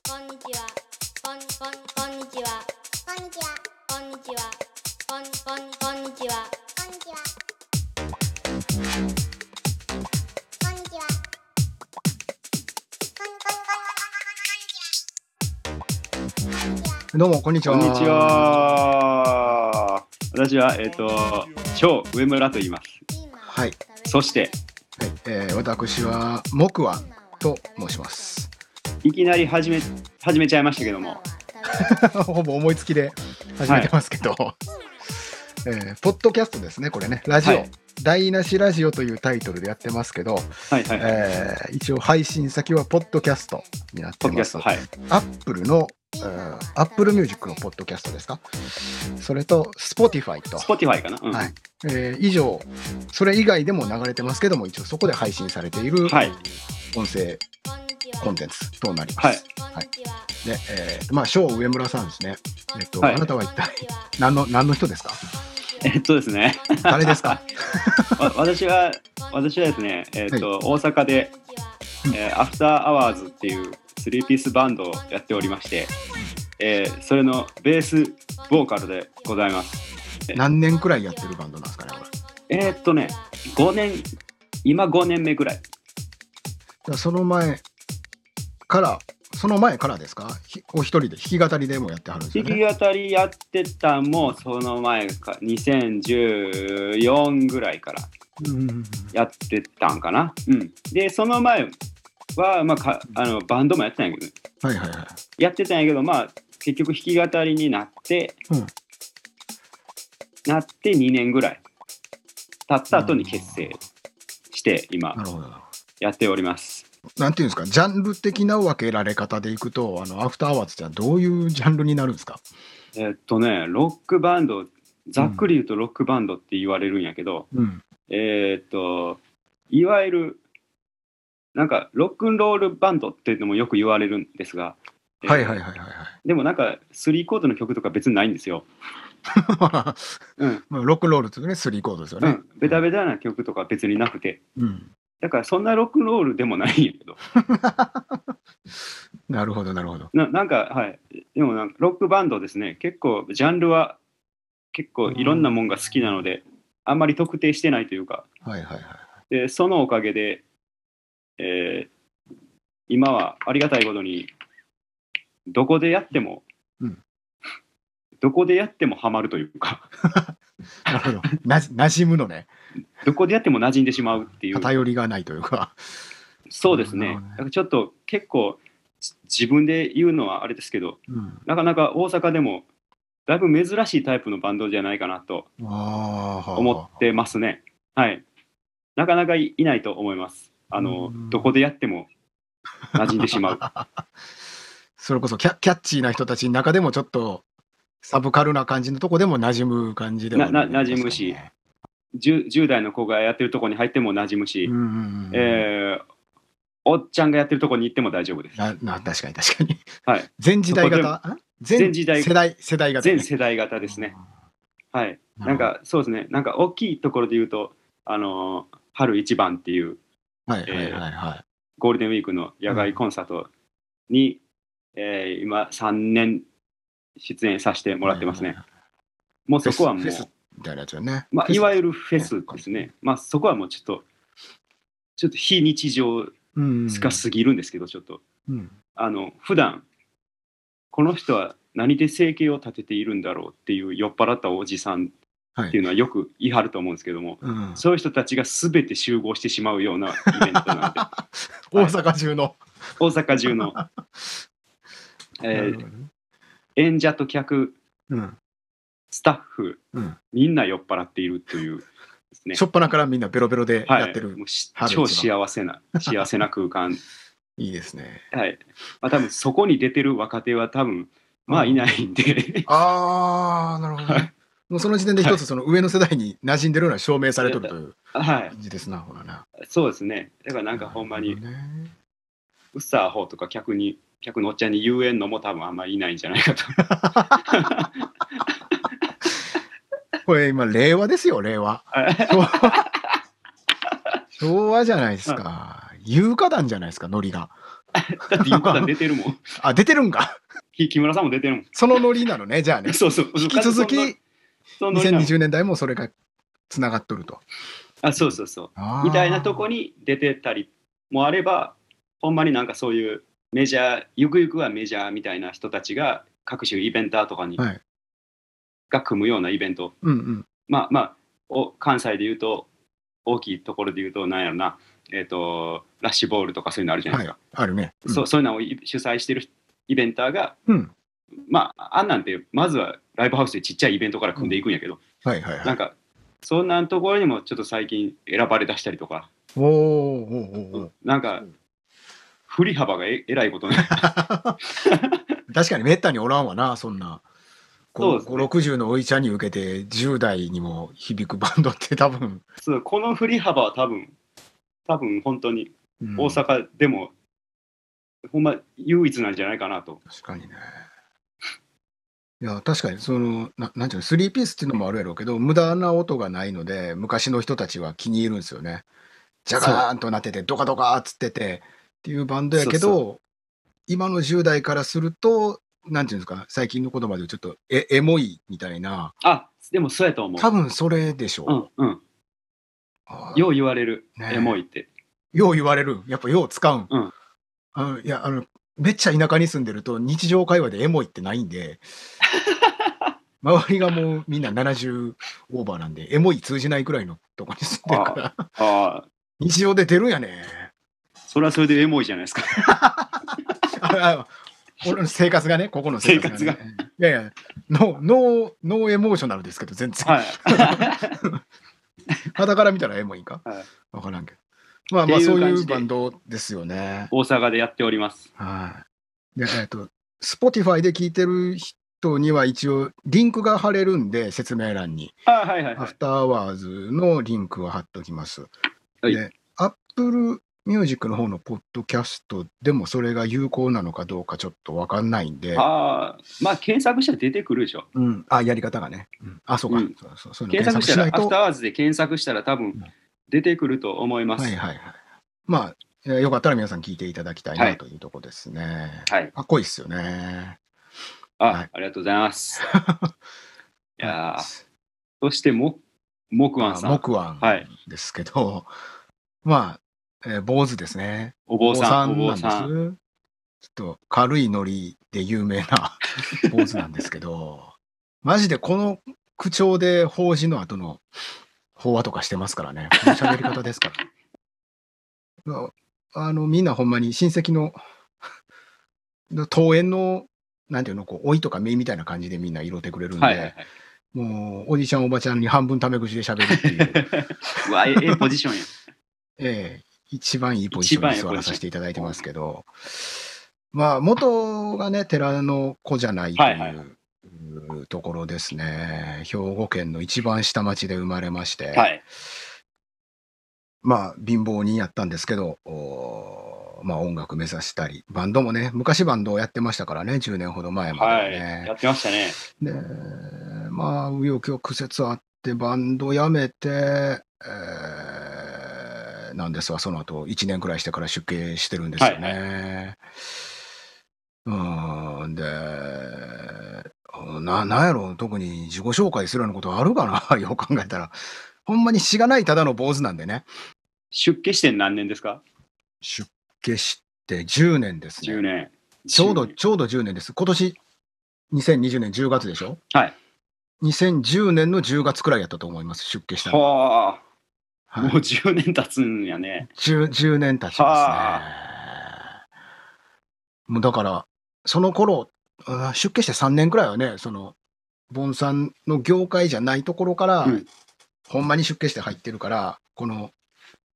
ちは。こんこんこんにちは。こんにちは。こんにちは。こんこんこんにちは。こんにちは。こんにちは。こんこんこんこんこんこんにちは。こんにちは。どうも、こんにちこは。んにち。は。私は、えっ、と、超上村と言います。はいそしてはい、えー、私は、もくわと申します。 いきなり始め、始めちゃいましたけども。ほぼ思いつきで始めてますけど、 えーポッドキャストですね、これね、ラジオ、はい台無しラジオというタイトルでやってますけど、はいはいはい。えー一応配信先はポッドキ ャストになっポてッドキャまスす。ト、はい。アップルの、えー、アップルミュージックのポッドキャストですか。それと、Spotify と。 Spotify かな、うん、はいえー以上、それ以外でも流れてますけども、一応そこで配信されているはい音声こんにちは。コンテンツとなります。はいこんにちは。で、えーまあ、小上村さんですね。えっと、はいあなたは一体何の、何の人ですかえっとですね、誰ですかわ私は、 私はですね、えっ、と、大阪で、えーアフターアワーズっていうスリーピースバンドをやっておりまして、えーそれのベースボーカルでございます。何年くらいやってるバンドなんですかね、これだかえーっとね、5年、今5年目ぐらい。らその前から、その前からですかひお一人で弾き語りでもやってはるんです弾よきね。語りやってたんもその前か2014ぐらいからうんやってたんかな、うん、でその前は、まあ、かあのバンドもやってたんやけどはいはいはい。やってたんやけどまあ結局弾き語りになって、うんなって2年ぐらい経った後に結成してな今るほどなるほやっておりますど。なんていうんですか、ジャンル的な分けられ方でいくと、あの、アフターアワーズってのはどういうジャンルになるんですかえっとねロックバンドざっくり言うとロックバンドって言われるんやけど、うん。えーっと、いわゆる、なんか、ロックンロールバンドっていうのもよく言われるんですが、えーはいはいはいはいはい。 でもなんか、スリーコードの曲とか別にないんですよ。うん、まあロックンロールっていうとね、スリーコードですようね。ん、ベタベタな曲とか別になくて、うん。だからそんなロックンロールでもないんやけど、なるほどなるほど。ななんか、はい、でもなんか、ロックバンドですね、結構、ジャンルは結構いろんなもんが好きなので、あんまり特定してないというか、はいはいはい。でそのおかげで、えー今はありがたいことにどこでやっても、うんどこでやってもハマるというかなるほど。なじ、馴染むのね。どこでやっても馴染んでしまうっていう偏りがないというか。そうですなるねほどねだからちょっと結構じ自分で言うのはあれですけどうん。なかなか大阪でもだいぶ珍しいタイプのバンドじゃないかなとああ、思ってますねはいなかなかいいないと思いますあのうんどこでやっても馴染んでし まうそれこそキャキャッチーな人たちの中でもちょっとサブカルな感じのとこでも馴染む感じではあるなねな馴染むし確 10, 10代の子がやってるとこに入っても馴染むし、かにねうんうんうんえーおっちゃんがやってるとこに行っても大丈夫です。なな確かに確かに。はい、全時代型ん全全時代世代世代型、全世代型ですね。。はい。うなん、かそうですね、なんか大きいところで言うと、あのー春一番っていうはいはいはいはい。ゴールデンウィークの野外コンサートに、えー今3年出演させてもらってますね。はいはいもうそこはもうフェ、スみたいなやつよね。まあ、いわる、ゆるフェスですね。まあそこはもうちょっと、ちょっと非日常うん、すかすぎるんですけど、ちょっと。うん。あの普段この人は何で生計を立てているんだろうっていう酔っ払ったおじさんはってい。いうのはよく言い張ると思うんですけども、うん、そういう人たちが全て集合してしまうようなイベントなん で 大阪中の、大阪 中の、なえーるほどね演者と客うんスタッフ、うんみんな酔っ払っているというですねしょっぱなからみんなベロベロでやってる、はい、もうし春一超番幸せ な幸せな空間いいですね。はいまあ多分そこに出てる若手は多分まあいないんで ああ、なるほど、ねはいもうその時点で一つその上の世代に馴染んでるのは証明されとるというはい感じですな、ほらな。そうですね。だからなんかほんまに、なるうっさーほーとか客に、客のおっちゃんに言えんのも多分あんまりいないんじゃない かと。ほどね。これ今、令和ですよ、令和。昭和昭和じゃないですか。有価団じゃないですか、ノリが。だって、ゆうこさん出てるもん。あ、出てるんか。き木村さんも出てるもそのノリなのね、じゃあねん。。 そうそう。引き続き、その、その2020年代もそれがつながっとると。あ、そうそうそう。みたいなとこに。に出てたりもあれば、ほんまになんかそういうメジャー、ゆくゆくはメジャーみたいな人たちが各種イベンターとかに、はいが組むようなイベント、うんうん。まあまあ、お関西で言うと、大きいところで言うと、なんやろな、えっ、と、ラッシュボールとかそういうのあるじゃないはですいか。。あるね。うんそうそういうのをい主催してるイベンターが、うん。まあ、あんなんて、まずはライブハウスでちっちゃいイベントから組んでいくんやけど、はいはいはないん。か、そんなところにもちょっと最近選ばれだしたりとか、おーおーおーおーなんか、振り幅がええらいことね。 確かにめったにおらんわな、そんな。そうこでうす5、60ねのおいちゃんに受けて10代にも響くバンドって 多分、そうこの振り幅は多分、多分本当にうん大阪でも、ほんま唯一なんじゃないかなと。確かにね。いや確かにそのななんていうのスリーピースっていうのもあるやろうけど無駄な音がないので昔の人たちは気に入るんですよね。ジャガーンとなっててドカドカーっつっててっていうバンドやけどそう今の10代からするとなんていうんですか最近の言葉でちょっとエエモいみたいなあでもそうやと思う。多分それでしょう。うんうん。あーよう言われる、ねえエモいって。よう言われるやっぱよう使うん。うんあのいやあのめっちゃ田舎に住んでると日常会話でエモいってないん で周りがもうみんな70オーバーなんでエモい通じないくらいのとこに住んでるからああ、日常で出るんやねそれはそれでエモいじゃな いですか。ああ俺の生活がねここの生活が,、ね、いやいやノーノーノーエモーショナルですけど全然はい。肌から見たらエモいんか、はい分からんけどまあまあっていそううい感うじでバンドですよね大阪でやっております。はい。で、えっと、Spotify で聞いてる人には一応、リンクが貼れるんで、説明欄に。あはいはいはアいフ。ターアワーズのリンクを貼っておきます。はいで、Apple Music の方のポッドキャストでもそれが有効なのかどうかちょっとわかんないんで、ああ、まあ検索したら出てくるでしょ。うん、あ、やり方がね。うんあ、そうか、うんそうそうそういうの検索したら、アフターはアーズで検索したら多分ん出てくると思います。いはいはい。まあ、えーよかったら皆さん聞いていただきたいはないというとこですね。はいかっこいいっすよね。あ、はいありがとうご ざいます。いやーそしても、もくわんさん、木腕はいですけど、 まあ、えー坊主ですね。お坊さん、なお坊んです。さん。ちょっと軽いノリで有名 な坊主なんですけど、マジでこの口調で法事の後の法話とかしてますからね。この喋り方ですから。 まああの、みんなほんまに親戚の、登園の、なんていうの、こう、老いとか姪みたいな感じでみんな色ってくれるんで、はいはい はい。もう、おじちゃんおばちゃんに半分タメ口で喋るっていう。うわ、ええポジシ ョンや。ええ、一番いいポジションに座らさせていただいてますけど、まあ、元がね、寺の子じゃないとはいはいいううんところですね。兵庫県の一番下町で生まれまして、はい。まあ、貧乏人やったんですけど、おーまあ、音楽目指したり、バンドもね、昔バンドをやってましたからね、10年ほど前までははい。ね。やってましたね。で、まあ、紆余曲折あって、バンド辞めて、えーなんですわ、その後、1年くらいしてから出家してるんですよね。うん、で、ななんやろ、特に自己紹介するようなことあるかな、よ う考えたら。ほんまにしがないただの坊主なんでね。出家して何年ですか出家して10年です ?10 ね。年。ちょうど、ちょうど10年です。今年、2020年10月でしょはい。 2010年の10月くらいやったと思います、出家したの。はあ、はいもう10年経つんやね。 10, 10年経ちはますね。もうだから、その頃、あ出家して3年くらいはね、その、盆さんの業界じゃないところから、うんほんまに出家して入ってるから、この、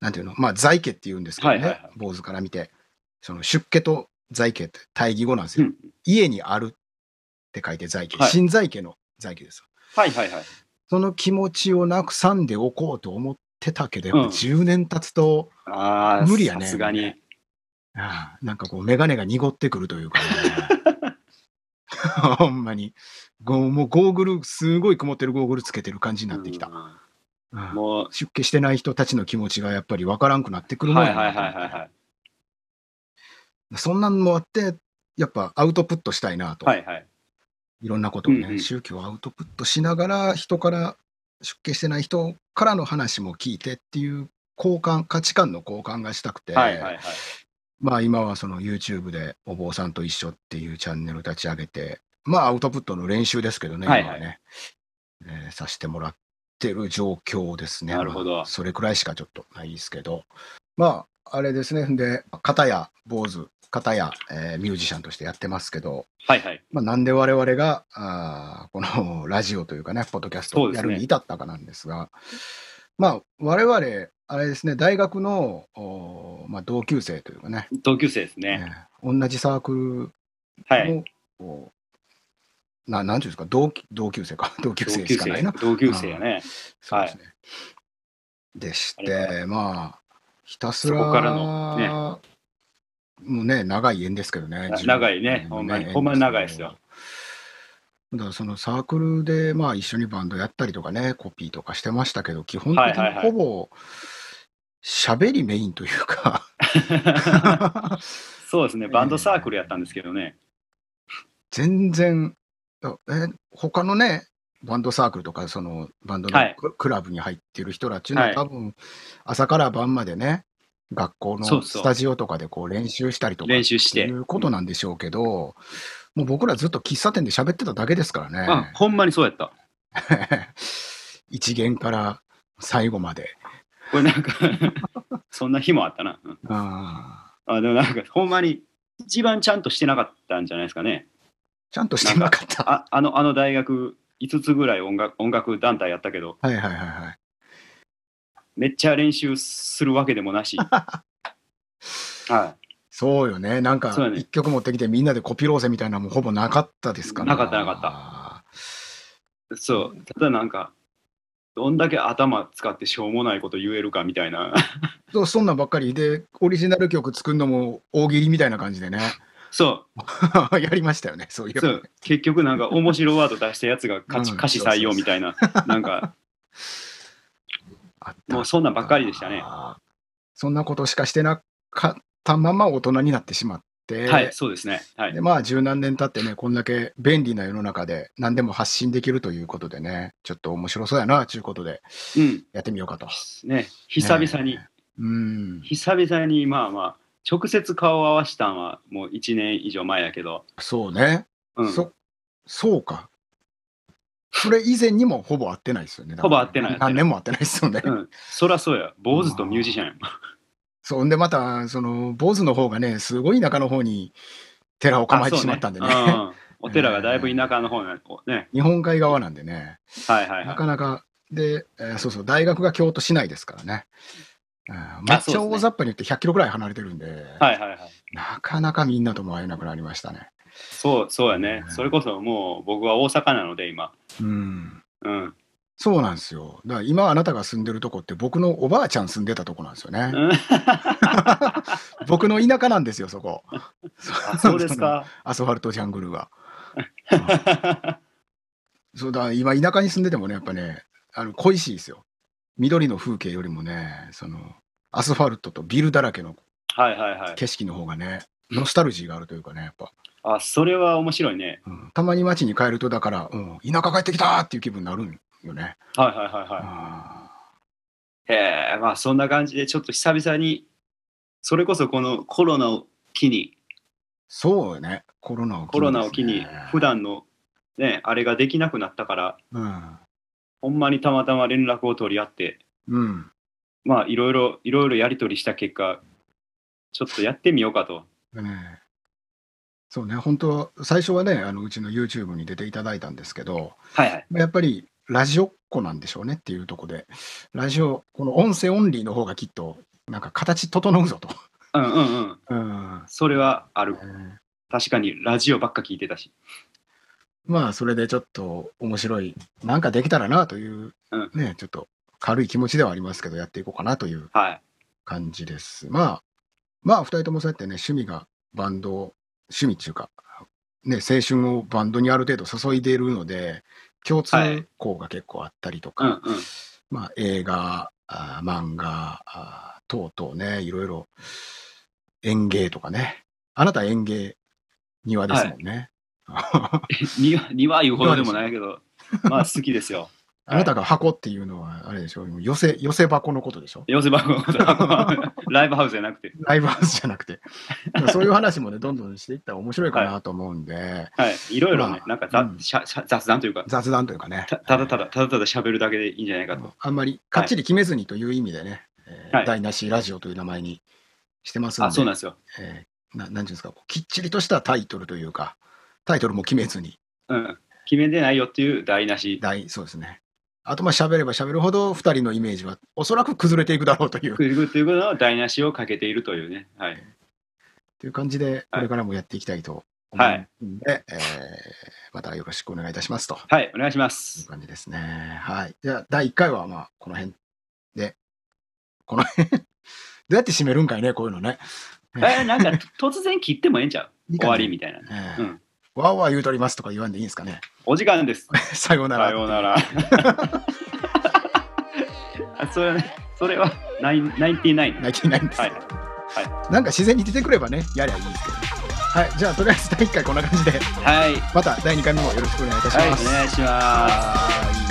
なんていうの、まあ、在家って言うんですけどね、はいはいはい坊主から見て、その出家と在家って対義語なんですよ。うん家にあるって書いて在家、はい新在家の在家です。はいはいはい。その気持ちをなくさんでおこうと思ってたけど、やっうんぱ10年経つと、ああ、無理やねさすがに。ああなんかこう、眼鏡が濁ってくるというか ね。ほんまに。ごもうゴーグル、すごい曇ってるゴーグルつけてる感じになってきた。ううんんもう、出家してない人たちの気持ちがやっぱりわからんくなってくるもんはやいなはいはいはいはい。そんなんもあって、やっぱアウトプットしたいなと、、はいいはい。ろんなことをね、うんうん宗教をアウトプットしながら、人から、出家してない人からの話も聞いてっていう交換、価値観の交換がしたくて、はいはいはい。まあ今はその YouTube でお坊さんと一緒っていうチャンネル立ち上げて、まあアウトプットの練習ですけどね、はい今はね、えーさせてもらってる状況ですね。なるほどまあそれくらいしかちょっとないですけど、まああれですね、で、片や坊主、片や、えーミュージシャンとしてやってますけど、はいはい。まあ、なんで我々があーこの ラジオというかね、ポッドキャストそうをでやすねるに至ったかなんですが、まあ我々、あれですね、大学の、おーまあ、同級生というかね、同級生ですね。ね同じサークはルい。の、こうななんていうんですか同期同級生か 同級同生級しかない生な。同級生やね。そうですねでしありがてまあひたすらそこからのねもうね長い縁ですけどねな10長いね年ほんまに縁ほんまに長いですよだからそのサークルでまあ一緒にバンドやったりとかねコピーとかしてましたけど基本はい的はいにはいほぼ喋りメインという かそうですね。バンドサークルやったんですけどね。全然あえ他のねバンドサークルとかそのバンドのはいククラブに入ってる人らっていうのは、はい多分朝から晩までね学校そうのそうスタジオとかでこう練習したりとか練習してっていうことなんでしょうけどもう僕らずっと喫茶店で喋ってただけですからあね、ほんまにそうやった。 一元から最後までこれなんか そんな日もあったな。うんあーあでもなんかほんまに一番ちゃんとしてなかったんじゃないですかね。ちゃんとしてなかったああのあの大学5つぐらい音楽音楽団体やったけどはいはいはいはいめっちゃ練習するわけでもな し。はそうよね。なんかそうやね一曲持ってきてみんなでコピローゼみたいなのもほぼなかったですから。なかったなかったい。そう。ただなんか、どんだけ頭使ってしょうもないこと言えるかみたいな。 そうそんなんばっかりで、オリジナル曲作るのも大喜利みたいな感じでね。 そ。やりましたよね、そういうう。そう結局なんか面白ワード出したやつが歌詞うん歌詞採用みたいな。なんか、あったもうそんなんばっかりでしたね。あーそんなことしかしてなかったまま大人になってしまって。はい、そうですね。はいで。まあ十何年経ってね、こんだけ便利な世の中で何でも発信できるということでね、ちょっと面白そうやな、ということで、うん。やってみようかと。ね、久々に、ねうん、久々にまあまあ、直接顔を合わしたんはもう1年以上前やけど、そうね。うん、そそうか。それ以前にもほぼ会ってないですよね。だからほぼ会ってない何年も会ってないですよね。うん、そらそうや。坊主とミュージシャンやもん。そう、んでまた、その、坊主の方がね、すごい田舎の方に寺を構えてしまったんでね。あ そううんお寺がだいぶ田舎の方なおね。日本海側なんでね、はいはいなはかなか、で、えーそうそう、大学が京都市内ですからね。うんめっちゃ大雑把に言って100キロぐらい離れてるんで、い。はいはいはい。なかなかみんなとも会えなくなりましたね。そうそうやねう。んそれこそもう僕は大阪なので今。うん。うん。そうなんですよ。だから今あなたが住んでるとこって僕のおばあちゃん住んでたとこなんですよね。うん僕の田舎なんですよ、そこ。 あそうですか。 アスファルトジャングルは。そうだ、今、田舎に住んでてもね、やっぱね、あの恋しいですよ。緑の風景よりもね、そのアスファルトとビルだらけのはいはいはい。景色の方がね、ノスタルジーがあるというかね、やっぱ、あそれは面白いね。うんたまに街に帰ると、だから、うん、田舎帰ってきたーっていう気分になるんよね。はいはいはいはあい。へえまあそんな感じでちょっと久々にそれこそこのコロナを機にそうよね、コロナを機に、コロナを機に普、段のねあれができなくなったからうん、ほんまにたまたま連絡を取り合ってうん、まあいろいろいろいろやり取りした結果ちょっとやってみようかと。ねそうね、本当、最初はね、あのうちの YouTube に出ていただいたんですけど、はいはい。まあやっぱりラジオっ子なんでしょうねっていうところで、ラジオ、この音声オンリーの方がきっと、なんか形整うぞと。うんうんうん。うんそれはあるえ。ー確かにラジオばっか聞いてたし。まあ、それでちょっと面白い、なんかできたらなといううん、ね、ちょっと軽い気持ちではありますけど、やっていこうかなというはい。感じです。まあ、まあ、二人ともそうやってね、趣味がバンドを、趣味っていうか、ね、青春をバンドにある程度注いでいるので、共通項が結構あったりとか、うん うん。まあ、映画あー漫画あー等々ねいろいろ園芸とかねあなた園芸庭ですもんね。庭庭いうほどでもないけど、まあ好きですよ。あなたが箱っていうのは、あれでしょ寄せ、寄せ箱のことでしょ寄せ箱のことライブハウスじゃなくて。ライブハウスじゃな くて。そういう話もね、どんどんしていったら面白いかなと思うんで、はい。いろいろねま、あなんかざ、うんしゃしゃ雑談というか、雑談というかね。た ただただ、ただただ喋るだけでいいんじゃないかと。あんまりかっちり決めずにという意味でね、えーはい台無しラジオという名前にしてますのあ、で、そうなんですよ。えーななんていうんですか、こうきっちりとしたタイトルというか、タイトルも決めずに、うん。決めてないよっていう台無し。大そうですね。あと、まあ喋れば喋るほど、二人のイメージはおそらく崩れていくだろうという、グーグーということの台無しをかけているというね。はい。という感じで、これからもやっていきたいと思はいうので、えーまたよろしくお願いいたしますとはい、お願いしまいうす。感じですね。はい。じゃあ、第1回は、まあ、この辺で、この辺、ど うやって締めるんかいね、こういうのね。え、なんか 突然切ってもええんちゃういい終感わじりみたいな。ええうんわーわー言うとりますとか言わんでいいんですかね。 お時間です。さようなら。さようなら。 あそれはね、それはナインナインティナイン。泣きないんですはけいど、。なんか自然に出てくればね、やりゃいいんですけど。はい、じゃあとりあえず第1回こんな感じで、はい。はい、また第2回目もよろしくお願いいたします。お願いします。はい